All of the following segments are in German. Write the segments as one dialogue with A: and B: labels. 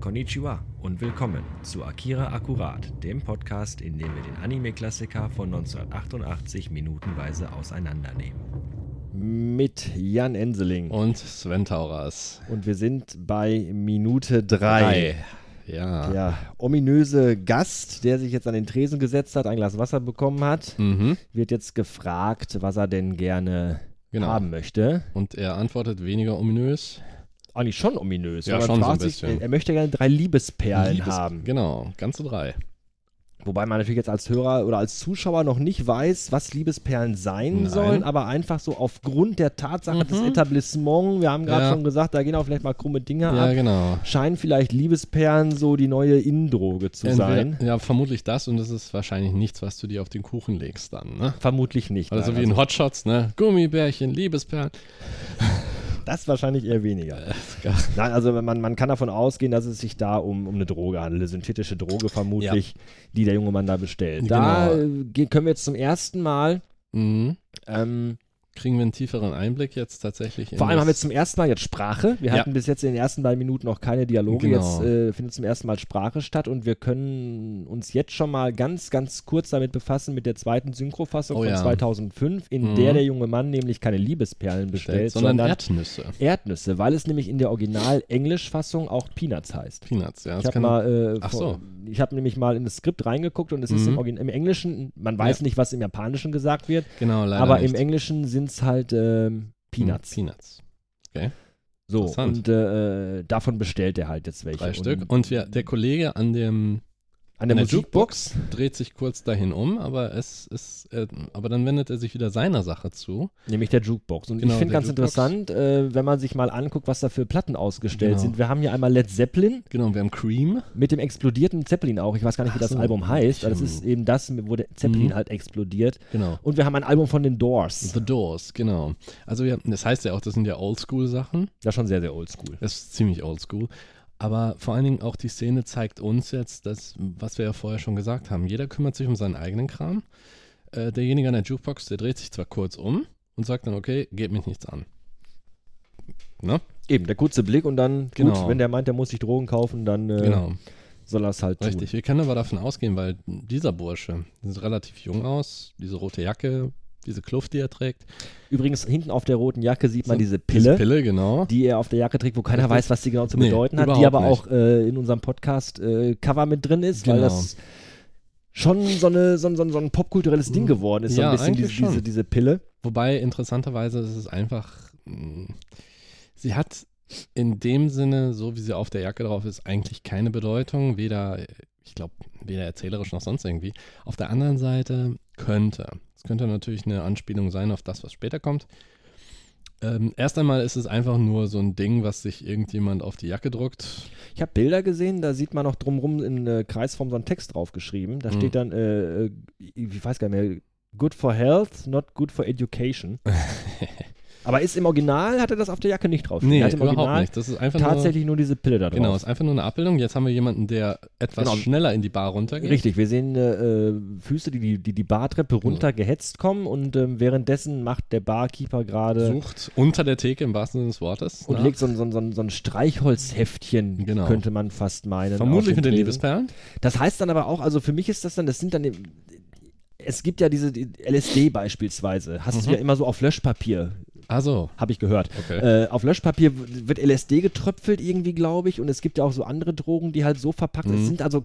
A: Konnichiwa und willkommen zu Akira Akkurat, dem Podcast, in dem wir den Anime-Klassiker von 1988 minutenweise auseinandernehmen. Mit Jan Enseling.
B: Und Sven Tauras.
A: Und wir sind bei Minute 3.
B: Hi. Ja.
A: Der ominöse Gast, der sich jetzt an den Tresen gesetzt hat, ein Glas Wasser bekommen hat,
B: Mhm.
A: wird jetzt gefragt, was er denn gerne
B: Genau.
A: haben möchte.
B: Und er antwortet weniger ominös.
A: Eigentlich schon ominös.
B: Ja,
A: weil man
B: schon so ein
A: fragt sich,
B: bisschen.
A: Er möchte gerne drei Liebesperlen
B: Liebes-
A: haben.
B: Genau, ganze drei.
A: Wobei man natürlich jetzt als Hörer oder als Zuschauer noch nicht weiß, was Liebesperlen sein
B: Nein. Mhm.
A: sollen, aber einfach so aufgrund der Tatsache des Etablissements, wir haben gerade
B: Ja.
A: schon gesagt, da gehen auch vielleicht mal krumme Dinger
B: Ja,
A: ab,
B: genau.
A: scheinen vielleicht Liebesperlen so die neue Indroge zu sein.
B: ja, vermutlich das und das ist wahrscheinlich nichts, was du dir auf den Kuchen legst dann, ne?
A: Vermutlich nicht.
B: Also
A: nein.
B: wie in Hotshots, ne? Gummibärchen, Liebesperlen.
A: das wahrscheinlich eher weniger.
B: Äh, ja.
A: Nein, also man, man kann davon ausgehen, dass es sich da um, um eine Droge handelt, eine synthetische Droge vermutlich, die der junge Mann da bestellt. Da
B: Genau.
A: äh, ge- können wir jetzt zum ersten Mal
B: Mhm.
A: ähm,
B: Kriegen wir einen tieferen Einblick jetzt tatsächlich. in
A: Vor allem
B: das-
A: haben wir zum ersten Mal jetzt Sprache. Wir
B: Ja.
A: hatten bis jetzt in den ersten beiden Minuten noch keine Dialoge.
B: Genau.
A: Jetzt äh, findet zum ersten Mal Sprache statt und wir können uns jetzt schon mal ganz, ganz kurz damit befassen mit der zweiten Synchrofassung
B: Oh
A: von
B: ja.
A: 2005, in
B: Mhm.
A: der der junge Mann nämlich keine Liebesperlen bestellt,
B: sondern
A: sondern,
B: Erdnüsse.
A: Erdnüsse, weil es nämlich in der Original-Englisch-Fassung auch Peanuts heißt.
B: Peanuts, ja.
A: Ich
B: das
A: habe
B: kann-
A: mal, äh,
B: Ach
A: vor-
B: so.
A: ich habe nämlich mal in das Skript reingeguckt und es ist
B: Mhm.
A: im, Origin- im Englischen, man weiß nicht, was im Japanischen gesagt wird,
B: genau, leider
A: aber
B: nicht. Hm, Mhm,
A: im Englischen sind es halt ähm, Peanuts.
B: Peanuts.
A: So,
B: Interessant.
A: und äh, äh, davon bestellt er halt jetzt welche.
B: Drei
A: und
B: Stück. Und wir, der Kollege an dem
A: an der
B: an der
A: Musikbox.
B: dreht sich kurz dahin um, aber es ist, äh, aber dann wendet er sich wieder seiner Sache zu.
A: Nämlich der Jukebox. Und
B: Genau,
A: ich finde
B: der
A: ganz
B: Jukebox.
A: interessant, äh, wenn man sich mal anguckt, was da für Platten ausgestellt
B: Genau.
A: sind. Wir haben hier einmal Led Zeppelin
B: Genau, wir haben Cream.
A: mit dem explodierten Zeppelin auch. Ich weiß gar nicht, wie
B: Ach
A: das
B: so.
A: Album heißt, aber das
B: Hm.
A: ist eben das, wo der Zeppelin
B: Mhm.
A: halt explodiert.
B: Genau.
A: Und wir haben ein Album von den Doors.
B: The Doors, genau. Also wir, das heißt ja auch, das sind ja Oldschool-Sachen.
A: Das ist schon sehr, sehr oldschool.
B: Das ist ziemlich Oldschool. Aber vor allen Dingen auch die Szene zeigt uns jetzt das, was wir ja vorher schon gesagt haben. Jeder kümmert sich um seinen eigenen Kram. Äh, derjenige an der Jukebox, der dreht sich zwar kurz um und sagt dann, okay, geht mich nichts an.
A: Eben, der kurze Blick und dann, gut,
B: Genau.
A: wenn der meint, der muss sich Drogen kaufen, dann äh,
B: Genau.
A: soll er es halt tun.
B: Richtig, wir können aber davon ausgehen, weil dieser Bursche sieht relativ jung aus, diese rote Jacke, diese Kluft, die er trägt.
A: Übrigens, hinten auf der roten Jacke sieht man
B: So,
A: diese
B: Diese
A: Pille.
B: Pille, genau.
A: die er auf der Jacke trägt, wo keiner weiß, was sie genau zu
B: Nee,
A: bedeuten hat, die
B: überhaupt
A: aber
B: nicht.
A: auch äh, in unserem Podcast-Cover mit drin ist, weil
B: Genau.
A: das schon so, eine, so, ein- so, ein- so ein popkulturelles Ding geworden ist, so
B: Mhm. Ja,
A: ein bisschen diese,
B: eigentlich schon.
A: diese, diese Pille.
B: Wobei interessanterweise ist es einfach, mh, sie hat in dem Sinne, so wie sie auf der Jacke drauf ist, eigentlich keine Bedeutung, weder, ich glaube, weder erzählerisch noch sonst irgendwie. Auf der anderen Seite könnte, es könnte natürlich eine Anspielung sein auf das, was später kommt. Ähm, erst einmal ist es einfach nur so ein Ding, was sich irgendjemand auf die Jacke druckt.
A: Ich habe Bilder gesehen, da sieht man noch drumrum in äh, Kreisform so einen Text draufgeschrieben. Da
B: Mhm.
A: steht dann, äh, äh, ich weiß gar nicht mehr, good for health, not good for education. aber ist im Original, hat er das auf der Jacke nicht drauf. stehen.
B: Nee,
A: er hat im
B: überhaupt
A: Original
B: nicht. Das ist einfach
A: tatsächlich nur diese Pille da
B: nur,
A: drauf.
B: genau, ist einfach nur eine Abbildung. Jetzt haben wir jemanden, der etwas
A: Genau.
B: schneller in die Bar runtergeht.
A: Richtig, wir sehen äh, äh, Füße, die die, die, die Bartreppe runter gehetzt kommen und ähm, währenddessen macht der Barkeeper gerade
B: Sucht unter der Theke im wahrsten Sinne des Wortes.
A: und
B: nach.
A: legt so ein, so ein, so ein, so ein Streichholzheftchen,
B: Genau.
A: könnte man fast meinen.
B: Vermutlich
A: auf
B: mit den
A: Tresen.
B: Liebesperlen.
A: Das heißt dann aber auch, also für mich ist das dann, das sind dann, es gibt ja diese die LSD beispielsweise, hast du
B: Mhm.
A: ja immer so auf Löschpapier,
B: Also,
A: habe ich gehört.
B: okay.
A: Äh, auf Löschpapier w- wird LSD getröpfelt irgendwie, glaube ich. Und es gibt ja auch so andere Drogen, die halt so verpackt sind.
B: Mhm.
A: Es sind also.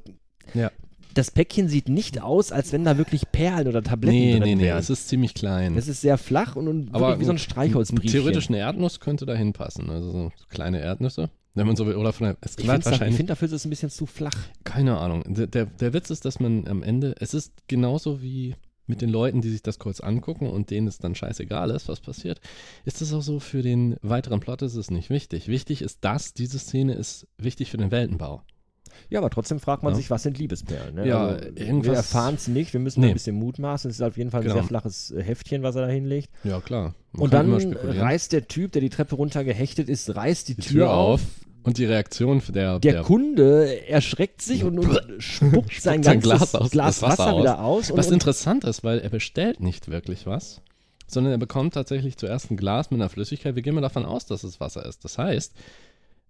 B: Ja.
A: Das Päckchen sieht nicht aus, als wenn da wirklich Perlen oder Tabletten
B: nee,
A: drin
B: nee, nee,
A: wären.
B: es ist ziemlich klein.
A: das ist sehr flach und, und
B: Aber
A: wirklich wie so ein Streichholzbriefchen.
B: Theoretisch eine Erdnuss könnte da hinpassen. Also so kleine Erdnüsse. Wenn man so will, oder von der, es
A: Ich halt
B: knallt
A: finde
B: wahrscheinlich,
A: find dafür ist es ein bisschen zu flach.
B: keine Ahnung. Der, der, der Witz ist, dass man am Ende, es ist genauso wie mit den Leuten, die sich das kurz angucken und denen es dann scheißegal ist, was passiert, ist es auch so, für den weiteren Plot ist es nicht wichtig. Wichtig ist das, diese Szene ist wichtig für den Weltenbau.
A: Ja, aber trotzdem fragt man
B: Ja.
A: sich, was sind Liebesperlen? Ne?
B: Ja,
A: also, wir
B: irgendwas-
A: erfahren es nicht, wir müssen da
B: Nee.
A: ein bisschen mutmaßen. Es ist auf jeden Fall ein
B: Genau.
A: sehr flaches äh, Heftchen, was er da hinlegt.
B: Ja, klar. Man
A: Und
B: kann
A: dann
B: immer spekulieren.
A: reißt der Typ, der die Treppe runter gehechtet ist, reißt die,
B: die Tür auf und die Reaktion der,
A: Der
B: der
A: Kunde erschreckt sich und, und spuckt sein
B: sein
A: ganzes Glas,
B: Glas aus- das
A: Wasser,
B: Wasser aus.
A: wieder aus. Und,
B: Was
A: und,
B: interessant ist, weil er bestellt nicht wirklich was, sondern er bekommt tatsächlich zuerst ein Glas mit einer Flüssigkeit. Wir gehen mal davon aus, dass es Wasser ist. Das heißt,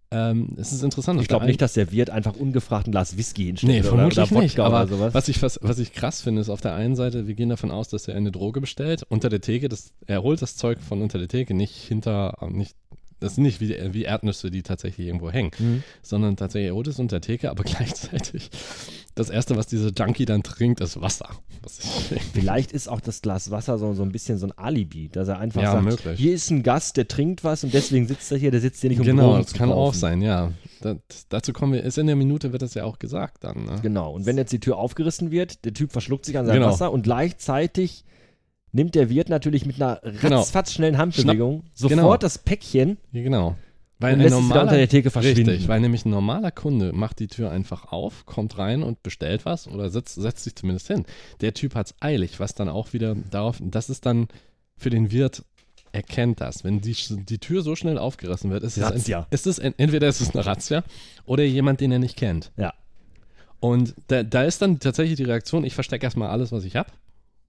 B: Ähm, es ist interessant.
A: Ich
B: dass da
A: glaube
B: ein-
A: nicht, dass der Wirt einfach ungefragt ein Glas Whisky hinstellt
B: Nee,
A: oder,
B: vermutlich
A: oder Wodka
B: nicht,
A: oder
B: aber
A: sowas.
B: Was ich, was, was ich krass finde, ist auf der einen Seite, wir gehen davon aus, dass er eine Droge bestellt, unter der Theke, das, er holt das Zeug von unter der Theke, nicht hinter, ähm, nicht, das ist nicht wie, wie Erdnüsse, die tatsächlich irgendwo hängen,
A: Mhm.
B: sondern tatsächlich, er holt es unter der Theke, aber gleichzeitig, das Erste, was dieser Junkie dann trinkt, ist Wasser. Was ich,
A: Vielleicht ist auch das Glas Wasser so, so ein bisschen so ein Alibi, dass er einfach
B: Ja,
A: sagt,
B: möglich.
A: hier ist ein Gast, der trinkt was und deswegen sitzt er hier, der sitzt hier nicht um
B: genau,
A: Drogen
B: das
A: zu
B: kann auch
A: kaufen.
B: sein, ja. Das, dazu kommen wir, ist in der Minute wird das ja auch gesagt dann, ne?
A: Genau, und wenn jetzt die Tür aufgerissen wird, der Typ verschluckt sich an seinem
B: Genau.
A: Wasser und gleichzeitig nimmt der Wirt natürlich mit einer
B: Genau.
A: ratzfatz schnellen Handbewegung sofort
B: Genau.
A: das Päckchen
B: Ja, Genau. Weil
A: und
B: ein
A: lässt es wieder
B: normaler,
A: unter der Theke verschwinden.
B: Richtig, weil nämlich ein normaler Kunde macht die Tür einfach auf, kommt rein und bestellt was oder setzt, setzt sich zumindest hin. Der Typ hat's eilig, was dann auch wieder darauf, das ist dann für den Wirt erkennt das. Wenn die, die Tür so schnell aufgerissen wird, ist es,
A: Razzia.
B: ist es en- entweder ist es eine Razzia oder jemand, den er nicht kennt.
A: ja,
B: Und da, da ist dann tatsächlich die Reaktion, ich verstecke erstmal alles, was ich habe.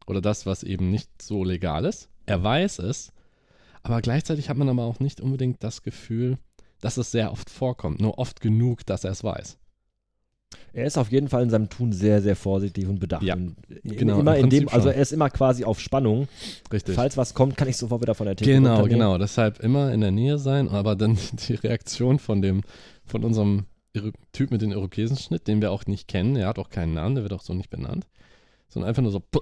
B: Oder das, was eben nicht so legal ist. Er weiß es. Aber gleichzeitig hat man aber auch nicht unbedingt das Gefühl, dass es sehr oft vorkommt. Nur oft genug, dass er es weiß.
A: er ist auf jeden Fall in seinem Tun sehr, sehr vorsichtig und bedacht.
B: Ja,
A: Und
B: genau,
A: immer
B: im
A: in dem,
B: Prinzip
A: also
B: schon.
A: er ist immer quasi auf Spannung.
B: Richtig.
A: Falls was kommt, kann ich sofort wieder von der Theke
B: genau,
A: runternehmen.
B: genau. Deshalb immer in der Nähe sein. Aber dann die Reaktion von dem, von unserem Iru- Typ mit dem Irokesenschnitt, den wir auch nicht kennen. Er hat auch keinen Namen, der wird auch so nicht benannt. Sondern einfach nur so, puh,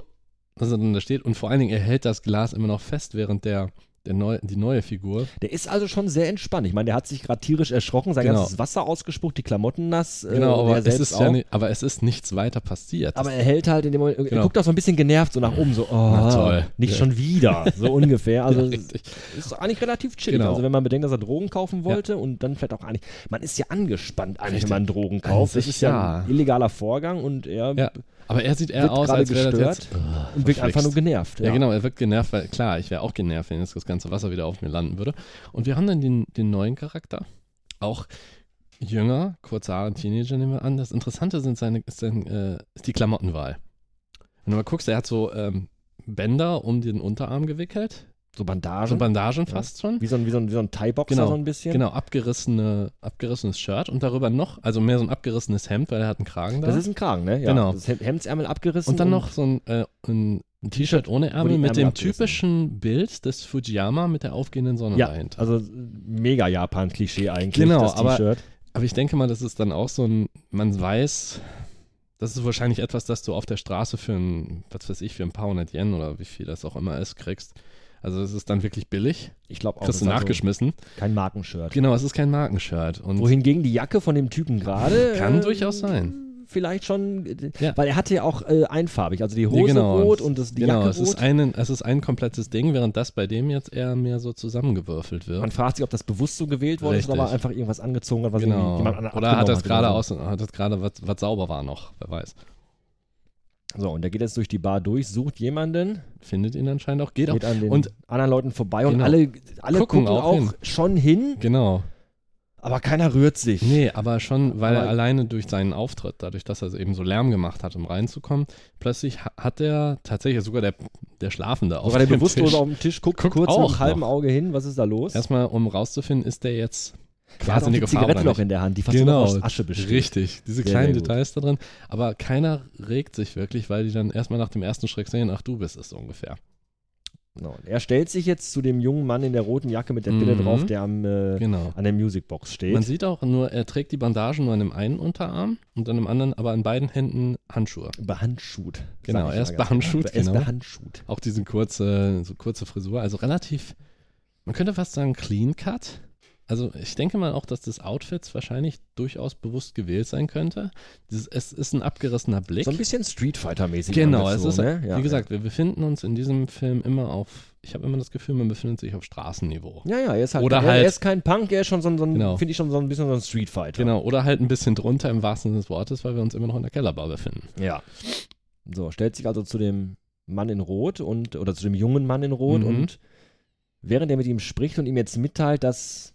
B: dass er dann da steht. Und vor allen Dingen, er hält das Glas immer noch fest, während der, der neu, die neue Figur
A: Der ist also schon sehr entspannt. Ich meine, der hat sich gerade tierisch erschrocken, sein
B: Genau.
A: ganzes Wasser ausgespuckt, die Klamotten nass. äh,
B: Genau,
A: und er
B: aber es,
A: selbst
B: ist
A: auch.
B: ja nicht, aber es ist nichts weiter passiert.
A: Aber er hält halt in dem Moment, er
B: Genau.
A: guckt auch so ein bisschen genervt so nach oben, so, oh,
B: Na toll.
A: nicht
B: Ja.
A: schon wieder, so ungefähr. Also
B: Ja,
A: es
B: richtig.
A: ist eigentlich relativ chillig.
B: Genau.
A: Also wenn man bedenkt, dass er Drogen kaufen wollte und dann vielleicht auch eigentlich, man ist ja angespannt eigentlich, wenn man Drogen kauft. Das
B: sich
A: ist ja ein
B: ja.
A: illegaler Vorgang und er
B: ja. aber er sieht eher
A: Wird
B: aus,
A: gerade
B: als wäre das
A: gestört
B: jetzt, Ah,
A: und wirkt einfach nur
B: verflixt.
A: genervt.
B: ja. genau, er wirkt genervt, weil klar, ich wäre auch genervt, wenn jetzt das ganze Wasser wieder auf mir landen würde. Und wir haben dann den, den neuen Charakter, auch jünger, kurze Haare, Teenager nehmen wir an. Das Interessante sind seine, ist, sein, äh, ist die Klamottenwahl. Wenn du mal guckst, er hat so ähm, Bänder um den Unterarm gewickelt,
A: So
B: so
A: Bandagen,
B: Bandagen
A: Ja.
B: fast schon.
A: wie so ein, wie so ein, wie so ein Thai-Boxer
B: Genau,
A: so ein bisschen.
B: Genau, abgerissene, abgerissenes Shirt und darüber noch, also mehr so ein abgerissenes Hemd, weil er hat einen Kragen da.
A: Das ist ein Kragen, ne? Ja.
B: Genau.
A: Das Hem- Hemdsärmel abgerissen.
B: und dann noch so ein, äh, ein ein T-Shirt ohne Ärmel
A: die
B: mit
A: Ärmel
B: dem
A: abgerissen
B: typischen Bild des Fujiyama mit der aufgehenden Sonne
A: ja,
B: dahinter.
A: also mega Japan-Klischee eigentlich,
B: Genau,
A: das
B: aber-
A: T-Shirt.
B: Aber ich denke mal, das ist dann auch so ein, man weiß, das ist wahrscheinlich etwas, das du auf der Straße für ein, was weiß ich, für ein paar hundert Yen oder wie viel das auch immer ist, kriegst. Also es ist dann wirklich billig,
A: Ich glaube auch,
B: kriegst du
A: das ist also
B: nachgeschmissen.
A: kein Markenshirt.
B: Genau, es ist kein Markenshirt. Und
A: Wohingegen die Jacke von dem Typen gerade.
B: Kann durchaus sein.
A: Vielleicht schon, äh,
B: Ja.
A: weil er hatte ja auch äh, einfarbig, also die Hose
B: Nee, genau.
A: rot und das, die
B: genau,
A: Jacke
B: es ist,
A: rot.
B: ein, es ist ein komplettes Ding, während das bei dem jetzt eher mehr so zusammengewürfelt wird.
A: Man fragt sich, ob das bewusst so gewählt worden ist,
B: Richtig.
A: oder ob er einfach irgendwas angezogen hat, was irgendwie
B: genau.
A: jemand anderer
B: Oder hat
A: abgenommen genau.
B: das gerade
A: oder
B: aus, hat das gerade was, was sauber war noch, wer weiß.
A: So, So, und der geht jetzt durch die Bar durch, sucht jemanden,
B: Findet ihn anscheinend auch, geht auch.
A: geht an den
B: Genau. Und
A: anderen Leuten vorbei und
B: Genau.
A: alle, alle gucken,
B: Gucken
A: auch,
B: auch hin.
A: schon hin,
B: genau.
A: aber keiner rührt sich.
B: Nee, aber schon, weil
A: Aber-
B: er alleine durch seinen Auftritt, dadurch, dass er eben so Lärm gemacht hat, um reinzukommen, plötzlich ha- hat er tatsächlich also sogar der, der Schlafende auf
A: War der
B: dem
A: bewusstlos
B: Tisch.
A: auf dem Tisch, guckt,
B: Guckt
A: kurz mit
B: auch
A: einem halben
B: noch.
A: Auge hin, was ist da los?
B: Erstmal, um rauszufinden, ist der jetzt
A: Der hat
B: quasi
A: auch die
B: eine Gefahr
A: Zigarette
B: oder
A: noch
B: nicht.
A: in der Hand, die fast nur aus Asche besteht.
B: Richtig, diese
A: Sehr,
B: kleinen
A: sehr gut.
B: Details da drin. Aber keiner regt sich wirklich, weil die dann erstmal nach dem ersten Schreck sehen, ach du bist es ungefähr.
A: Genau. Und er stellt sich jetzt zu dem jungen Mann in der roten Jacke mit der Brille
B: Mhm.
A: drauf, der am, äh,
B: Genau.
A: an der Musicbox steht.
B: Man sieht auch nur, er trägt die Bandagen nur an dem einen Unterarm und an dem anderen, aber an beiden Händen Handschuhe.
A: behandschuht. sag
B: Genau,
A: ich
B: er
A: mal
B: ist
A: ganz
B: behandschuht,
A: genau. Er ist
B: genau.
A: behandschuht.
B: Auch diese kurze, so kurze Frisur, also relativ, man könnte fast sagen Clean Cut. Also ich denke mal auch, dass das Outfits wahrscheinlich durchaus bewusst gewählt sein könnte. Dieses, es ist ein abgerissener Blick.
A: So ein bisschen Street Fighter mäßig.
B: Genau, es
A: angezogen,
B: ist,
A: ne? Ja,
B: wie gesagt, wir befinden uns in diesem Film immer auf, ich habe immer das Gefühl, man befindet sich auf Straßenniveau.
A: Ja, ja, er ist halt,
B: Oder
A: er, er
B: halt-
A: ist kein Punk, er ist schon so ein, so ein
B: Genau.
A: finde ich schon so ein bisschen so ein Street Fighter.
B: Genau, oder halt ein bisschen drunter im wahrsten Sinne des Wortes, weil wir uns immer noch in der Kellerbar befinden.
A: Ja. So, stellt sich also zu dem Mann in Rot und, oder zu dem jungen Mann in Rot
B: Mhm.
A: und während er mit ihm spricht und ihm jetzt mitteilt, dass,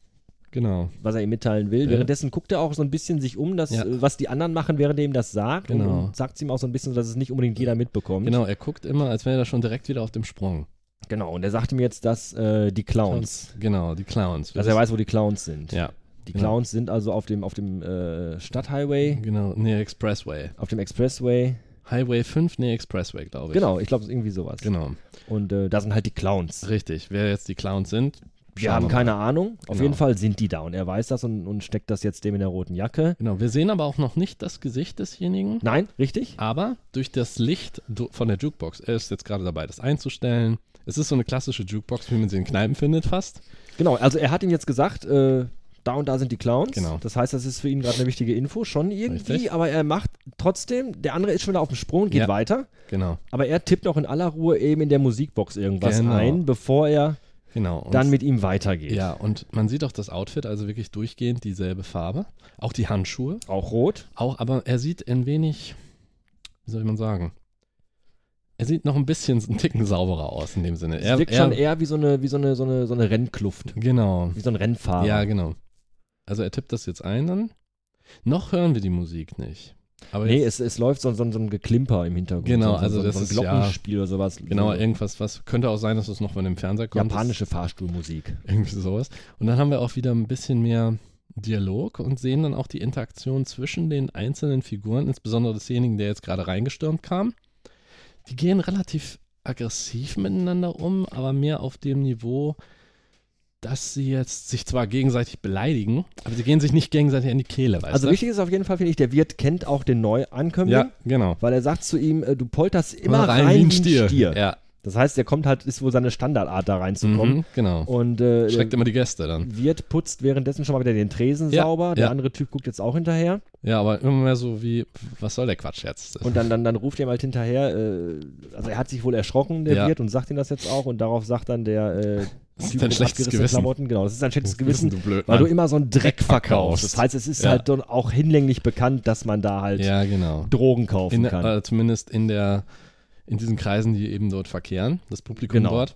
B: Genau.
A: was er ihm mitteilen will,
B: Ja.
A: währenddessen guckt er auch so ein bisschen sich um, dass,
B: Ja.
A: äh, was die anderen machen, während er ihm das sagt
B: Genau.
A: und, und sagt es ihm auch so ein bisschen, dass es nicht unbedingt jeder mitbekommt.
B: Genau, er guckt immer, als wäre er schon direkt wieder auf dem Sprung.
A: Genau, und er sagte mir jetzt, dass äh, die Clowns,
B: Genau, die Clowns.
A: dass er weiß, wo die Clowns sind.
B: Ja.
A: Die Clowns sind also auf dem, auf dem äh, Stadthighway,
B: Genau, nee, Expressway.
A: auf dem Expressway.
B: Highway 5, nee, Expressway, glaube ich.
A: Genau, ich glaube, es ist irgendwie sowas.
B: Genau,
A: Und äh, da sind halt die Clowns.
B: richtig. Wer jetzt die Clowns sind,
A: Wir
B: schauen
A: haben
B: mal.
A: keine Ahnung. Auf
B: Genau.
A: jeden Fall sind die da. Und er weiß das und, und steckt das jetzt dem in der roten Jacke.
B: Genau, wir sehen aber auch noch nicht das Gesicht desjenigen.
A: Nein, richtig?
B: Aber durch das Licht du- von der Jukebox, er ist jetzt gerade dabei, das einzustellen. Es ist so eine klassische Jukebox, wie man sie in Kneipen findet fast.
A: Genau, also er hat ihm jetzt gesagt, äh, da und da sind die Clowns.
B: Genau.
A: Das heißt, das ist für ihn gerade eine wichtige Info, schon irgendwie,
B: Richtig.
A: aber er macht trotzdem, der andere ist schon wieder auf dem Sprung, geht
B: Ja.
A: weiter,
B: Genau,
A: aber er tippt noch in aller Ruhe eben in der Musikbox irgendwas
B: Genau.
A: ein, bevor er
B: genau. Und
A: dann mit ihm weitergeht.
B: ja, und man sieht auch das Outfit, also wirklich durchgehend dieselbe Farbe. Auch die Handschuhe.
A: Auch rot.
B: Auch, aber er sieht ein wenig, wie soll man sagen? Er sieht noch ein bisschen einen Ticken sauberer aus in dem Sinne.
A: Es wirkt schon eher wie so eine, wie so eine, so eine, so eine Rennkluft,
B: genau.
A: wie so ein Rennfahrer.
B: Ja, genau. Also er tippt das jetzt ein dann. Noch hören wir die Musik nicht. Aber
A: Nee,
B: jetzt,
A: es, es läuft so, so, so ein Geklimper im Hintergrund.
B: Genau,
A: so, so,
B: also
A: so,
B: das
A: so ein
B: ist ja-
A: Glockenspiel oder sowas.
B: genau,
A: so
B: irgendwas, was könnte auch sein, dass es noch von dem Fernseher kommt.
A: äh, japanische Fahrstuhlmusik.
B: Das- Irgendwie sowas. Und dann haben wir auch wieder ein bisschen mehr Dialog und sehen dann auch die Interaktion zwischen den einzelnen Figuren, insbesondere desjenigen, der jetzt gerade reingestürmt kam. Die gehen relativ aggressiv miteinander um, aber mehr auf dem Niveau, dass sie jetzt sich zwar gegenseitig beleidigen, aber sie gehen sich nicht gegenseitig an die Kehle, weißt
A: Also
B: du?
A: wichtig ist auf jeden Fall, finde ich, der Wirt kennt auch den Neuankömmling.
B: Ja, genau.
A: Weil er sagt zu ihm, äh, du polterst immer rein, wie ein Stier.
B: Ja,
A: Das heißt, der kommt halt, ist wohl seine Standardart da reinzukommen.
B: mhm, genau.
A: Und äh,
B: Schreckt
A: der
B: immer die Gäste dann.
A: Wirt putzt währenddessen schon mal wieder den Tresen
B: Ja,
A: sauber. Der
B: ja.
A: andere Typ guckt jetzt auch hinterher.
B: Ja, aber immer mehr so wie, was soll der Quatsch jetzt?
A: Und dann, dann, dann ruft er ihm halt hinterher, äh, also er hat sich wohl erschrocken, der
B: Ja.
A: Wirt, und sagt ihm das jetzt auch. Und darauf sagt dann der äh,
B: Das ist
A: Typ
B: dein
A: mit
B: schlechtes
A: abgerissenen
B: Gewissen.
A: Klamotten, genau, das ist ein schlechtes
B: Wissen,
A: Gewissen,
B: du blöd,
A: weil du
B: Mann.
A: immer so einen Dreck verkaufst.
B: verkaufst.
A: Das heißt, es ist
B: Ja.
A: halt dann auch hinlänglich bekannt, dass man da halt
B: Ja, genau.
A: Drogen kaufen
B: In,
A: kann.
B: äh, zumindest in der, in diesen Kreisen, die eben dort verkehren, das Publikum
A: Genau.
B: dort.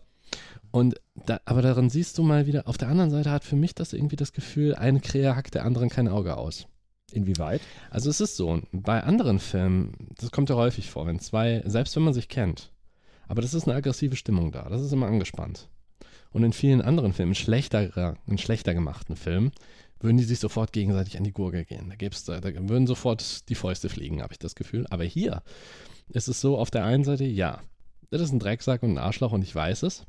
B: Und da, aber daran siehst du mal wieder, auf der anderen Seite hat für mich das irgendwie das Gefühl, eine Krähe hackt der anderen kein Auge aus.
A: Inwieweit?
B: Also es ist so, bei anderen Filmen, das kommt ja häufig vor, wenn zwei, selbst wenn man sich kennt, aber das ist eine aggressive Stimmung da, das ist immer angespannt. Und in vielen anderen Filmen, in schlechter, in schlechter gemachten Filmen, würden die sich sofort gegenseitig an die Gurgel gehen. Da, gibt's, da, da würden sofort die Fäuste fliegen, habe ich das Gefühl. Aber hier ist es so, auf der einen Seite, ja, das ist ein Drecksack und ein Arschloch und ich weiß es.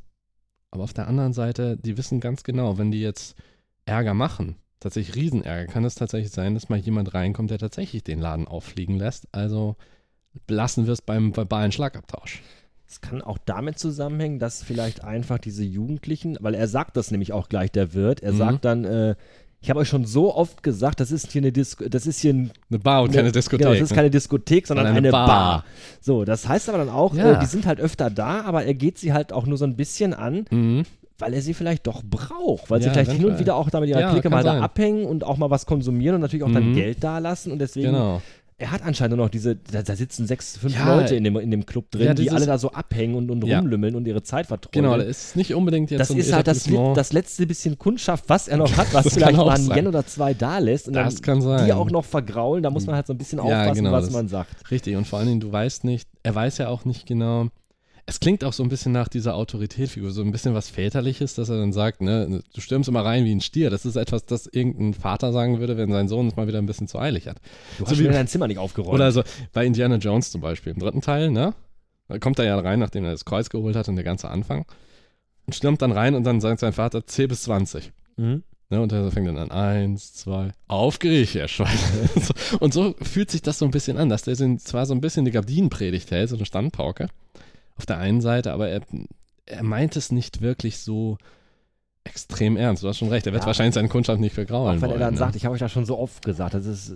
B: Aber auf der anderen Seite, die wissen ganz genau, wenn die jetzt Ärger machen, tatsächlich Riesenärger, kann es tatsächlich sein, dass mal jemand reinkommt, der tatsächlich den Laden auffliegen lässt. Also lassen wir es beim verbalen Schlagabtausch.
A: Es kann auch damit zusammenhängen, dass vielleicht einfach diese Jugendlichen, weil er sagt das nämlich auch gleich, der Wirt, er
B: Mhm.
A: sagt dann, äh, ich habe euch schon so oft gesagt, das ist hier eine Disco, das ist hier ein,
B: Eine Bar und keine Diskothek. ne?
A: Genau, das ist keine Diskothek, sondern eine, Bar. So, das heißt aber dann auch,
B: Ja.
A: äh, die sind halt öfter da, aber er geht sie halt auch nur so ein bisschen an,
B: ne? Mhm.
A: weil er sie vielleicht doch braucht, weil sie
B: Ja,
A: vielleicht hin und
B: eventuell.
A: wieder auch damit ihrer
B: Ja,
A: Clique
B: kann
A: mal da
B: sein.
A: abhängen und auch mal was konsumieren und natürlich auch dann
B: Mhm.
A: Geld da lassen und deswegen
B: Genau.
A: er hat anscheinend noch diese, da, da sitzen sechs, fünf
B: Ja.
A: Leute in dem, in dem Club drin,
B: Ja,
A: die
B: dieses-
A: alle da so abhängen und, und
B: Ja.
A: rumlümmeln und ihre Zeit verträumen.
B: Genau, das ist nicht unbedingt jetzt
A: das
B: so ein
A: ist halt das,
B: Etablissement.
A: das letzte bisschen Kundschaft, was er noch hat, was
B: Das kann
A: vielleicht
B: auch
A: mal einen
B: sein.
A: Yen oder zwei da lässt und
B: Das
A: dann
B: kann sein.
A: die auch noch vergraulen. Da muss man halt so ein bisschen
B: Ja,
A: aufpassen,
B: genau,
A: was
B: das-
A: man sagt.
B: Richtig, und vor allen Dingen, du weißt nicht, er weiß ja auch nicht genau. Es klingt auch so ein bisschen nach dieser Autoritätfigur, so ein bisschen was Väterliches, dass er dann sagt, ne, du stürmst immer rein wie ein Stier. Das ist etwas, das irgendein Vater sagen würde, wenn sein Sohn es mal wieder ein bisschen zu eilig hat.
A: Du
B: So
A: hast
B: wie-
A: mir dein Zimmer nicht aufgeräumt.
B: Oder so bei Indiana Jones zum Beispiel, im dritten Teil, ne? Da kommt er ja rein, nachdem er das Kreuz geholt hat und der ganze Anfang. Und stürmt dann rein und dann sagt sein Vater 10 bis 20.
A: mhm.
B: Ne? Und er fängt dann an, eins, zwei, auf Griechisch. weißt du? So. und so fühlt sich das so ein bisschen an, dass der so- zwar so ein bisschen die Gardinenpredigt hält, so eine Standpauke, auf der einen Seite, aber er, er meint es nicht wirklich so extrem ernst. Du hast schon recht, er wird
A: Ja.
B: wahrscheinlich seine Kundschaft nicht
A: Auch
B: vergraulen
A: wenn
B: wollen.
A: er dann
B: ne?
A: sagt, ich habe euch das schon so oft gesagt, das ist,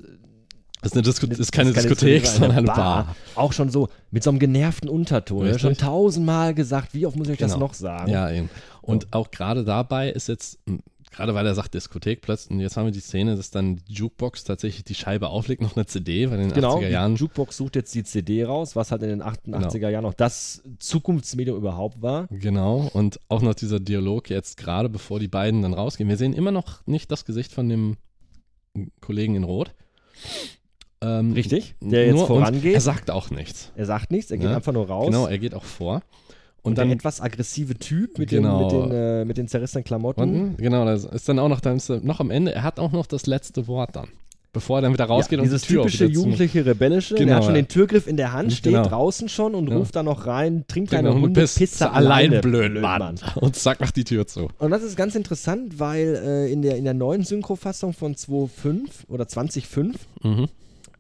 B: das ist, eine Disku
A: das
B: ist keine Diskothek, sondern eine Bar.
A: Auch schon so mit so einem genervten Unterton. Er hat schon
B: Richtig.
A: tausendmal gesagt, wie oft muss ich euch das
B: Genau.
A: noch sagen?
B: Ja, eben. Und auch gerade dabei ist jetzt, m, gerade weil er sagt Diskothek plötzlich, und jetzt haben wir die Szene, dass dann die Jukebox tatsächlich die Scheibe auflegt, noch eine CD, weil in den
A: Genau,
B: 80er
A: die
B: Jahren.
A: Jukebox sucht jetzt die CD raus, was halt in den 88er Jahren noch das Zukunftsmedium überhaupt war.
B: Genau, und auch noch dieser Dialog jetzt gerade, bevor die beiden dann rausgehen. Wir sehen immer noch nicht das Gesicht von dem Kollegen in Rot. Ähm,
A: Richtig? Der jetzt
B: nur- und
A: vorangeht.
B: Er sagt auch nichts.
A: Er sagt nichts, er geht
B: Ne?
A: einfach nur raus.
B: Genau, er geht auch vor.
A: Und, dann etwas aggressive Typ mit,
B: Genau.
A: den, mit, den, äh, mit den zerrissenen Klamotten.
B: Und, genau, das ist dann auch noch, dann ist, er- noch am Ende, er hat auch noch das letzte Wort dann. Bevor er dann wieder rausgeht und
A: dieses
B: die Tür auch
A: typische
B: wieder zu-
A: jugendliche rebellische,
B: Genau,
A: der hat schon
B: ja.
A: den Türgriff in der Hand, steht
B: Genau.
A: draußen schon und
B: Ja.
A: ruft dann noch rein, trinkt
B: Bring
A: eine
B: noch eine
A: Runde
B: Pisse
A: Pizza
B: allein,
A: alleine,
B: blöd, Mann. Und zack, macht die Tür zu.
A: Und das ist ganz interessant, weil äh, in, der, in der neuen Synchrofassung von 2.5 oder 20.5
B: Mhm.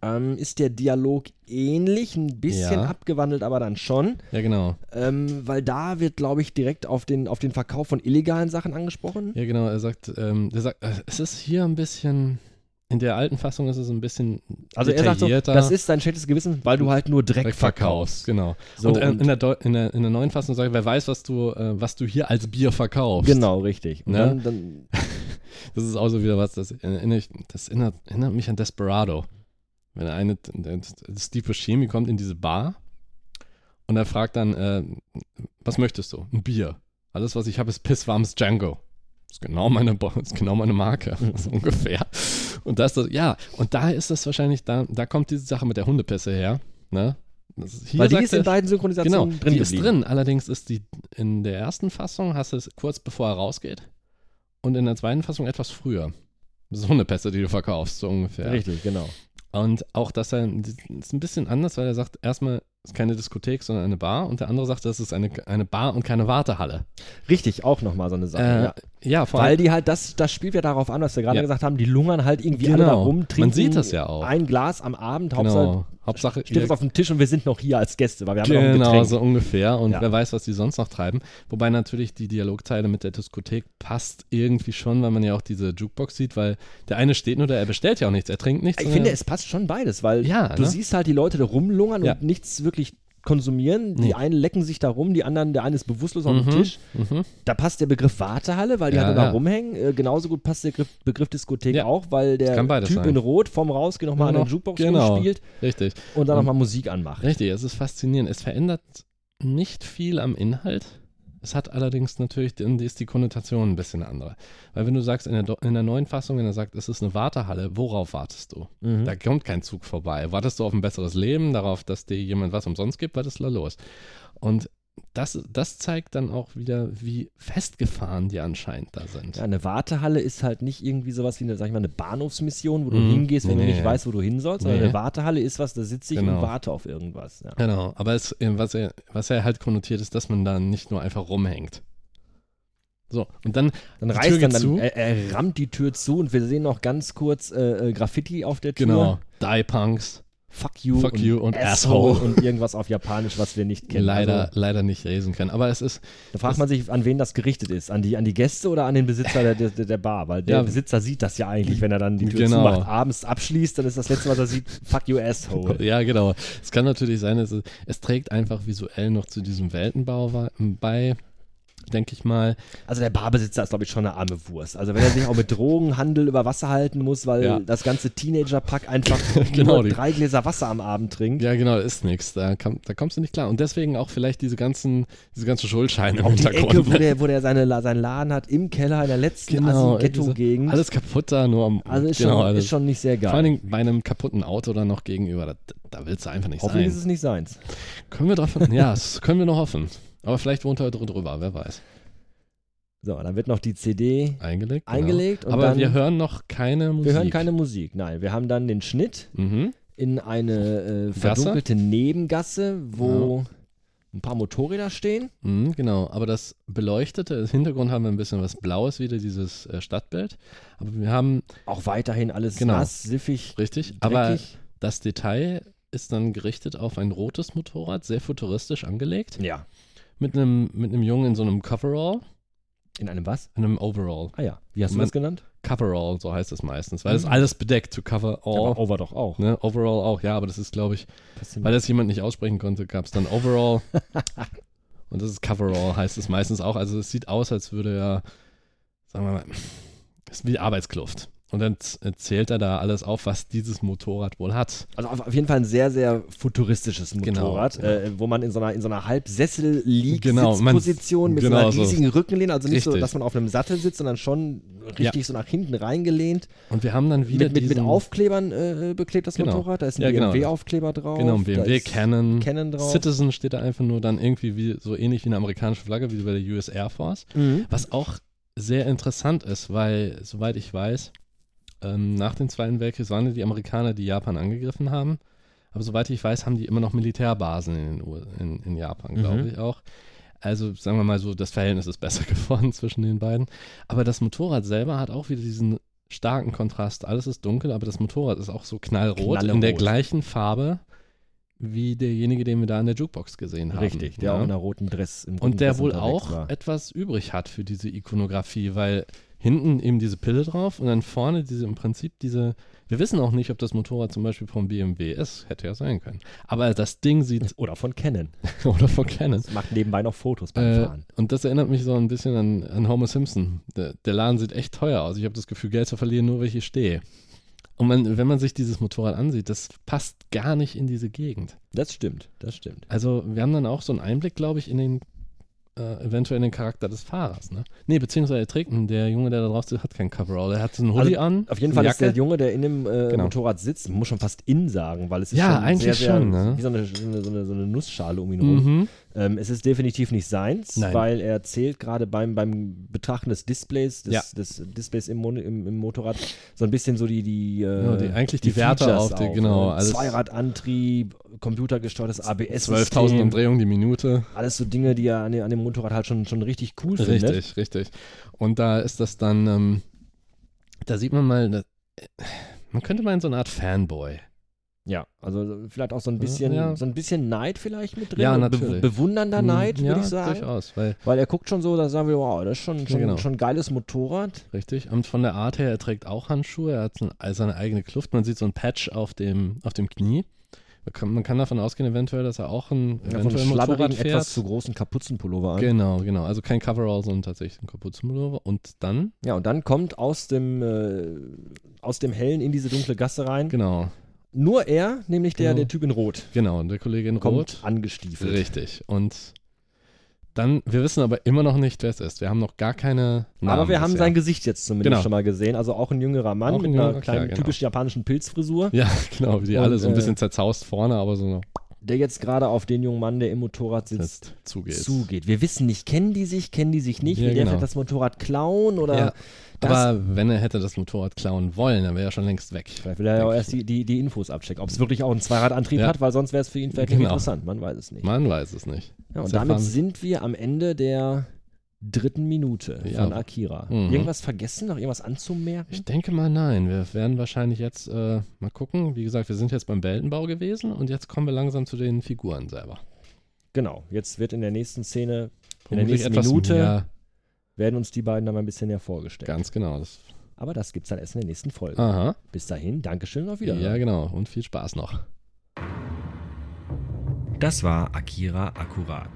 A: ähm, ist der Dialog ähnlich, ein bisschen
B: Ja.
A: abgewandelt, aber dann schon.
B: Ja, genau.
A: Ähm, weil da wird, glaube ich, direkt auf den, auf den Verkauf von illegalen Sachen angesprochen.
B: Ja, genau. Er sagt, ähm, der sagt, äh, es ist hier ein bisschen, in der alten Fassung ist es ein bisschen
A: Also er sagt so,
B: detaillierter.
A: das ist dein schlechtes Gewissen, weil du halt nur Dreck
B: Dreck verkaufst,
A: verkaufst.
B: genau.
A: So,
B: und, äh,
A: und-
B: in, der Deu- in, der, in der neuen Fassung sagt, er, wer weiß, was du, äh, was du hier als Bier verkaufst.
A: Genau, richtig. Und
B: Ne?
A: dann, dann,
B: Das ist auch so wieder was, das erinnert, das erinnert, erinnert mich an Desperado. Wenn der eine, der- der Steve Buscemi kommt in diese Bar und er fragt dann, äh, was möchtest du? Ein Bier. Alles, was ich habe, ist pisswarmes Django. Ist genau meine, Bo- ist genau meine Marke,
A: Mhm.
B: so ungefähr. Und das, das, ja, und da ist das wahrscheinlich, da, da kommt diese Sache mit der Hundepisse her, ne? Das ist- hier
A: weil die
B: sagt
A: ist
B: er-
A: in beiden Synchronisationen
B: genau,
A: drin
B: die
A: geblieben.
B: ist drin. Allerdings ist die in der ersten Fassung hast du es kurz bevor er rausgeht und in der zweiten Fassung etwas früher. So eine Pässe, die du verkaufst, so ungefähr.
A: Richtig, genau.
B: Und auch, dass er das ist ein bisschen anders, weil er sagt, erstmal ist keine Diskothek, sondern eine Bar und der andere sagt, das ist eine, eine Bar und keine Wartehalle.
A: Richtig, auch nochmal so eine Sache.
B: äh,
A: ja.
B: ja. vor
A: Weil
B: allem.
A: die halt, das, das spielt ja darauf an, was wir gerade
B: Ja.
A: gesagt haben, die lungern halt irgendwie alle da
B: Genau.
A: rum,
B: Man
A: trinken
B: sieht das ja auch.
A: ein Glas am Abend, Hauptsache
B: Genau. Hauptsache,
A: steht
B: ihr-
A: was auf dem Tisch und wir sind noch hier als Gäste, weil wir haben ja noch ein
B: Genau,
A: Getränk.
B: so ungefähr. Und
A: um Ja.
B: wer weiß, was die sonst noch treiben. Wobei natürlich die Dialogteile mit der Diskothek passt irgendwie schon, weil man ja auch diese Jukebox sieht, weil der eine steht nur da, er bestellt ja auch nichts, er trinkt nichts.
A: Ich
B: sondern-
A: finde, es passt schon beides, weil
B: Ja,
A: du
B: ne?
A: siehst halt die Leute da rumlungern
B: Ja.
A: und nichts wirklich konsumieren. Die
B: Nee.
A: einen lecken sich da rum, die anderen, der eine ist bewusstlos auf
B: Mhm.
A: dem Tisch.
B: Mhm.
A: Da passt der Begriff Wartehalle, weil die
B: Ja,
A: halt nur da
B: ja.
A: rumhängen. Äh, genauso gut passt der Begriff, Begriff Diskothek
B: Ja.
A: auch, weil der
B: kann beides
A: Typ
B: sein.
A: in Rot vom Rausgehen nochmal an
B: Genau.
A: der Jukebox
B: Genau.
A: spielt
B: Richtig,
A: und dann
B: Und-
A: nochmal Musik anmacht.
B: richtig. Es ist faszinierend. Es verändert nicht viel am Inhalt. Es hat allerdings natürlich, dann ist die Konnotation ein bisschen eine andere. Weil wenn du sagst, in der, Do- in der neuen Fassung, wenn er sagt, es ist eine Wartehalle, worauf wartest du?
A: Mhm.
B: Da kommt kein Zug vorbei. Wartest du auf ein besseres Leben, darauf, dass dir jemand was umsonst gibt, was ist da los? Und das, das zeigt dann auch wieder, wie festgefahren die anscheinend da sind.
A: Ja, eine Wartehalle ist halt nicht irgendwie sowas wie eine, sag ich mal, eine Bahnhofsmission, wo du
B: Mhm.
A: hingehst, wenn
B: Nee,
A: du
B: nee,
A: nicht
B: nee.
A: weißt, wo du hin sollst. sondern
B: Nee.
A: eine Wartehalle ist was, da sitze ich und
B: Genau.
A: warte auf irgendwas. Ja.
B: Genau, aber es, äh, was, er, was er halt konnotiert ist, dass man da nicht nur einfach rumhängt. So, und dann,
A: Dann
B: Die
A: reißt
B: Tür
A: er,
B: geht
A: dann,
B: zu.
A: er, er rammt die Tür zu und wir sehen noch ganz kurz äh, äh, Graffiti auf der Tür.
B: genau, Die Punks,
A: Fuck you,
B: Fuck you und Asshole.
A: und irgendwas auf Japanisch, was wir nicht kennen.
B: leider,
A: Also,
B: leider nicht lesen können. Aber es ist,
A: da fragt man sich, an wen das gerichtet ist. An die, an die Gäste oder an den Besitzer der, der, der Bar? Weil der
B: Ja.
A: Besitzer sieht das ja eigentlich, wenn er dann die Tür
B: Genau.
A: zumacht, abends abschließt, dann ist das letzte, was er sieht, fuck you, Asshole.
B: ja genau, es kann natürlich sein, es, ist- es trägt einfach visuell noch zu diesem Weltenbau wa- bei, denke ich mal.
A: Also der Barbesitzer ist, glaube ich, schon eine arme Wurst. Also wenn er sich auch mit Drogenhandel über Wasser halten muss, weil
B: Ja.
A: das ganze Teenager-Pack einfach
B: Genau,
A: nur
B: die-
A: drei Gläser Wasser am Abend trinkt.
B: Ja, genau, ist nix. Da, kam, da kommst du nicht klar. Und deswegen auch vielleicht diese ganzen, diese ganzen Schuldscheine im
A: Auch die Ecke, wo
B: Hintergrund. ne?
A: der, wo der seine, La- seinen Laden hat, im Keller, in der letzten
B: Genau,
A: Assi-Ghetto-Gegend.
B: alles kaputt da, nur am.
A: also ist,
B: genau,
A: schon,
B: alles.
A: ist schon nicht sehr geil.
B: Vor allen Dingen bei einem kaputten Auto dann noch gegenüber. Da, da willst du einfach nicht
A: Hoffentlich
B: sein.
A: ist es nicht seins.
B: Können wir davon. ja, das können wir noch hoffen. Aber vielleicht wohnt er dr- drüber, wer weiß.
A: So, dann wird noch die CD
B: Eingelegt. Genau.
A: eingelegt und
B: Aber
A: dann,
B: wir hören noch keine Musik.
A: wir hören keine Musik. Nein, wir haben dann den Schnitt
B: Mhm.
A: in eine äh,
B: Gasse?
A: verdunkelte Nebengasse, wo ein paar Motorräder stehen.
B: Mhm, genau. Aber das beleuchtete, im Hintergrund haben wir ein bisschen was Blaues wieder, dieses äh, Stadtbild. Aber wir haben,
A: Auch weiterhin alles
B: Genau.
A: nass, siffig,
B: richtig, aber
A: dreckig.
B: das Detail ist dann gerichtet auf ein rotes Motorrad, sehr futuristisch angelegt.
A: ja.
B: Mit einem, mit einem Jungen in so einem Coverall,
A: In einem was?
B: in einem Overall.
A: Ah ja. Wie hast du
B: Man-
A: das genannt?
B: Coverall, so heißt es meistens, weil es
A: Mhm.
B: alles bedeckt, to cover all.
A: over doch auch.
B: Ne? Overall auch, ja, aber das ist, glaube ich, weil das jemand nicht aussprechen konnte, gab es dann Overall. Und das ist Coverall, heißt es meistens auch. Also es sieht aus, als würde er, sagen wir mal, es ist wie Arbeitskluft. Und dann z- zählt er da alles auf, was dieses Motorrad wohl hat.
A: Also auf, auf jeden Fall ein sehr, sehr futuristisches
B: Genau,
A: Motorrad,
B: genau.
A: Äh, wo man in so einer, in so einer halbsessel liegt
B: Genau, man-
A: position mit
B: genau
A: so
B: so.
A: einer riesigen Rückenlehne, also nicht so,
B: Richtig.
A: dass man auf einem Sattel sitzt, sondern schon richtig so nach hinten reingelehnt.
B: Und wir haben dann wieder
A: Mit, mit, mit
B: diesen-
A: Aufklebern äh, beklebt das
B: Genau.
A: Motorrad, da ist ein
B: Ja, genau.
A: BMW-Aufkleber drauf.
B: Genau, ein
A: da
B: BMW,
A: ist
B: Canon,
A: Canon drauf.
B: Citizen steht da einfach nur dann irgendwie wie, so ähnlich wie eine amerikanische Flagge, wie bei der US Air Force.
A: Mhm.
B: Was auch sehr interessant ist, weil, soweit ich weiß, ähm, nach dem Zweiten Weltkrieg waren ja die Amerikaner, die Japan angegriffen haben. Aber soweit ich weiß, haben die immer noch Militärbasen in, den U- in, in Japan, glaube
A: Mhm.
B: ich auch. Also sagen wir mal so, das Verhältnis ist besser geworden zwischen den beiden. Aber das Motorrad selber hat auch wieder diesen starken Kontrast. Alles ist dunkel, aber das Motorrad ist auch so knallrot, in der
A: Knallerot.
B: gleichen Farbe wie derjenige, den wir da in der Jukebox gesehen haben. ne?
A: Richtig, der
B: ja.
A: auch in einer roten Dress im roten
B: Und der
A: Dress
B: wohl
A: unterwegs
B: auch
A: war.
B: etwas übrig hat für diese Ikonografie, weil hinten eben diese Pille drauf und dann vorne diese im Prinzip diese. Wir wissen auch nicht, ob das Motorrad zum Beispiel vom BMW ist. Hätte ja sein können. Aber das Ding sieht.
A: Oder von Canon.
B: oder von Canon.
A: Das macht nebenbei noch Fotos beim
B: Äh,
A: Fahren.
B: und das erinnert mich so ein bisschen an, an Homer Simpson. Der, der Laden sieht echt teuer aus. Ich habe das Gefühl, Geld zu verlieren, nur weil ich hier stehe. Und man, wenn man sich dieses Motorrad ansieht, das passt gar nicht in diese Gegend.
A: Das stimmt, das stimmt.
B: Also wir haben dann auch so einen Einblick, glaube ich, in den äh, eventuell in den Charakter des Fahrers, ne? Nee, beziehungsweise er trägt ihn. der Junge, der da drauf sitzt, hat keinen Coverall. Er hat so einen Hoodie an.
A: Also, Auf jeden
B: eine
A: Fall ist der
B: Jacke.
A: Junge, der in dem äh,
B: Genau.
A: Motorrad sitzt, man muss schon fast in sagen, weil es ist
B: Ja,
A: schon
B: eigentlich
A: sehr, sehr,
B: schon, ne?
A: wie so eine, so eine, so eine, so eine Nussschale um ihn rum.
B: Mhm.
A: Ähm, es ist definitiv nicht seins,
B: Nein.
A: weil er zählt gerade beim, beim Betrachten des Displays, des,
B: Ja.
A: des Displays im, Mon- im, im Motorrad, so ein bisschen so die, die, äh,
B: Ja, Genau, die- eigentlich die Werte
A: Features
B: auf die- genau,
A: ne?
B: alles-
A: Zweiradantrieb, computergesteuertes ABS,
B: 12.000 Umdrehungen die Minute.
A: alles so Dinge, die er an dem, an dem Motorrad halt schon, schon richtig cool findet.
B: Richtig, richtig. Und da ist das dann, ähm, da sieht man mal, ne- man könnte mal in so eine Art Fanboy.
A: Ja, also vielleicht auch so ein bisschen,
B: Ja.
A: so ein bisschen Neid vielleicht mit drin.
B: Ja,
A: und
B: natürlich.
A: bewundernder Neid,
B: Hm,
A: würde
B: ja,
A: ich sagen.
B: durchaus, weil,
A: Weil er guckt schon so, da sagen wir, wow, das ist schon, schon,
B: Genau.
A: schon ein geiles Motorrad.
B: richtig. Und von der Art her, er trägt auch Handschuhe, er hat so ein- seine eigene Kluft. Man sieht so ein Patch auf dem, auf dem Knie. Man kann, man kann davon ausgehen, eventuell, dass er auch ein
A: Ja, von
B: eventuell Motorrad
A: schlabberigen,
B: fährt.
A: etwas zu ne? großen Kapuzenpullover an.
B: Genau, genau. Also kein Coverall, sondern tatsächlich ein Kapuzenpullover. Und dann,
A: Ja, und dann kommt aus dem, äh, aus dem Hellen in diese dunkle Gasse rein.
B: genau,
A: Nur er, nämlich der,
B: Genau.
A: der Typ in Rot,
B: genau, der Kollege in
A: kommt
B: Rot.
A: angestiefelt.
B: Richtig. Und dann, wir wissen aber immer noch nicht, wer es ist. Wir haben noch gar keine Namen
A: Aber wir haben
B: bisher.
A: sein Gesicht jetzt zumindest
B: Genau.
A: schon mal gesehen. Also auch ein jüngerer Mann
B: Auch ein
A: mit einer
B: jüngerer,
A: kleinen
B: klar, genau.
A: typisch japanischen Pilzfrisur,
B: Ja, genau, wie die
A: Und,
B: alle so ein
A: äh,
B: bisschen zerzaust vorne, aber so noch
A: der jetzt gerade auf den jungen Mann, der im Motorrad sitzt,
B: jetzt zugeht.
A: zugeht. Wir wissen nicht, kennen die sich, kennen die sich nicht,
B: Ja,
A: will der
B: genau.
A: vielleicht das Motorrad klauen oder
B: Ja,
A: das.
B: aber wenn er hätte das Motorrad klauen wollen, dann wäre er schon längst weg.
A: vielleicht will er ja auch erst die, die, die Infos abchecken, ob es wirklich auch einen Zweiradantrieb
B: Ja.
A: hat, weil sonst wäre es für ihn vielleicht nicht
B: Genau.
A: interessant, man weiß es nicht.
B: Man weiß es nicht.
A: Ja, und
B: Sehr
A: damit
B: spannend.
A: sind wir am Ende der dritten Minute
B: Ja.
A: von Akira.
B: Mhm.
A: Irgendwas vergessen, noch irgendwas anzumerken?
B: Ich denke mal, nein. Wir werden wahrscheinlich jetzt äh, mal gucken. Wie gesagt, wir sind jetzt beim Weltenbau gewesen und jetzt kommen wir langsam zu den Figuren selber.
A: Genau, jetzt wird in der nächsten Szene, in der
B: Vermutlich
A: nächsten Minute,
B: mehr-
A: werden uns die beiden dann mal ein bisschen hervorgestellt.
B: Ganz genau. Das,
A: Aber das gibt's dann erst in der nächsten Folge.
B: aha.
A: Bis dahin, Dankeschön und auf Wiedersehen.
B: Ja, genau. Und viel Spaß noch.
A: Das war Akira Akkurat.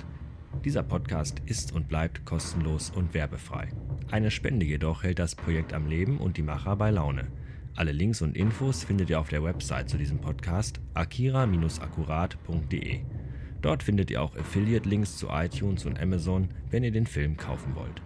A: Dieser Podcast ist und bleibt kostenlos und werbefrei. Eine Spende jedoch hält das Projekt am Leben und die Macher bei Laune. Alle Links und Infos findet ihr auf der Website zu diesem Podcast akira-akkurat.de. Dort findet ihr auch Affiliate-Links zu iTunes und Amazon, wenn ihr den Film kaufen wollt.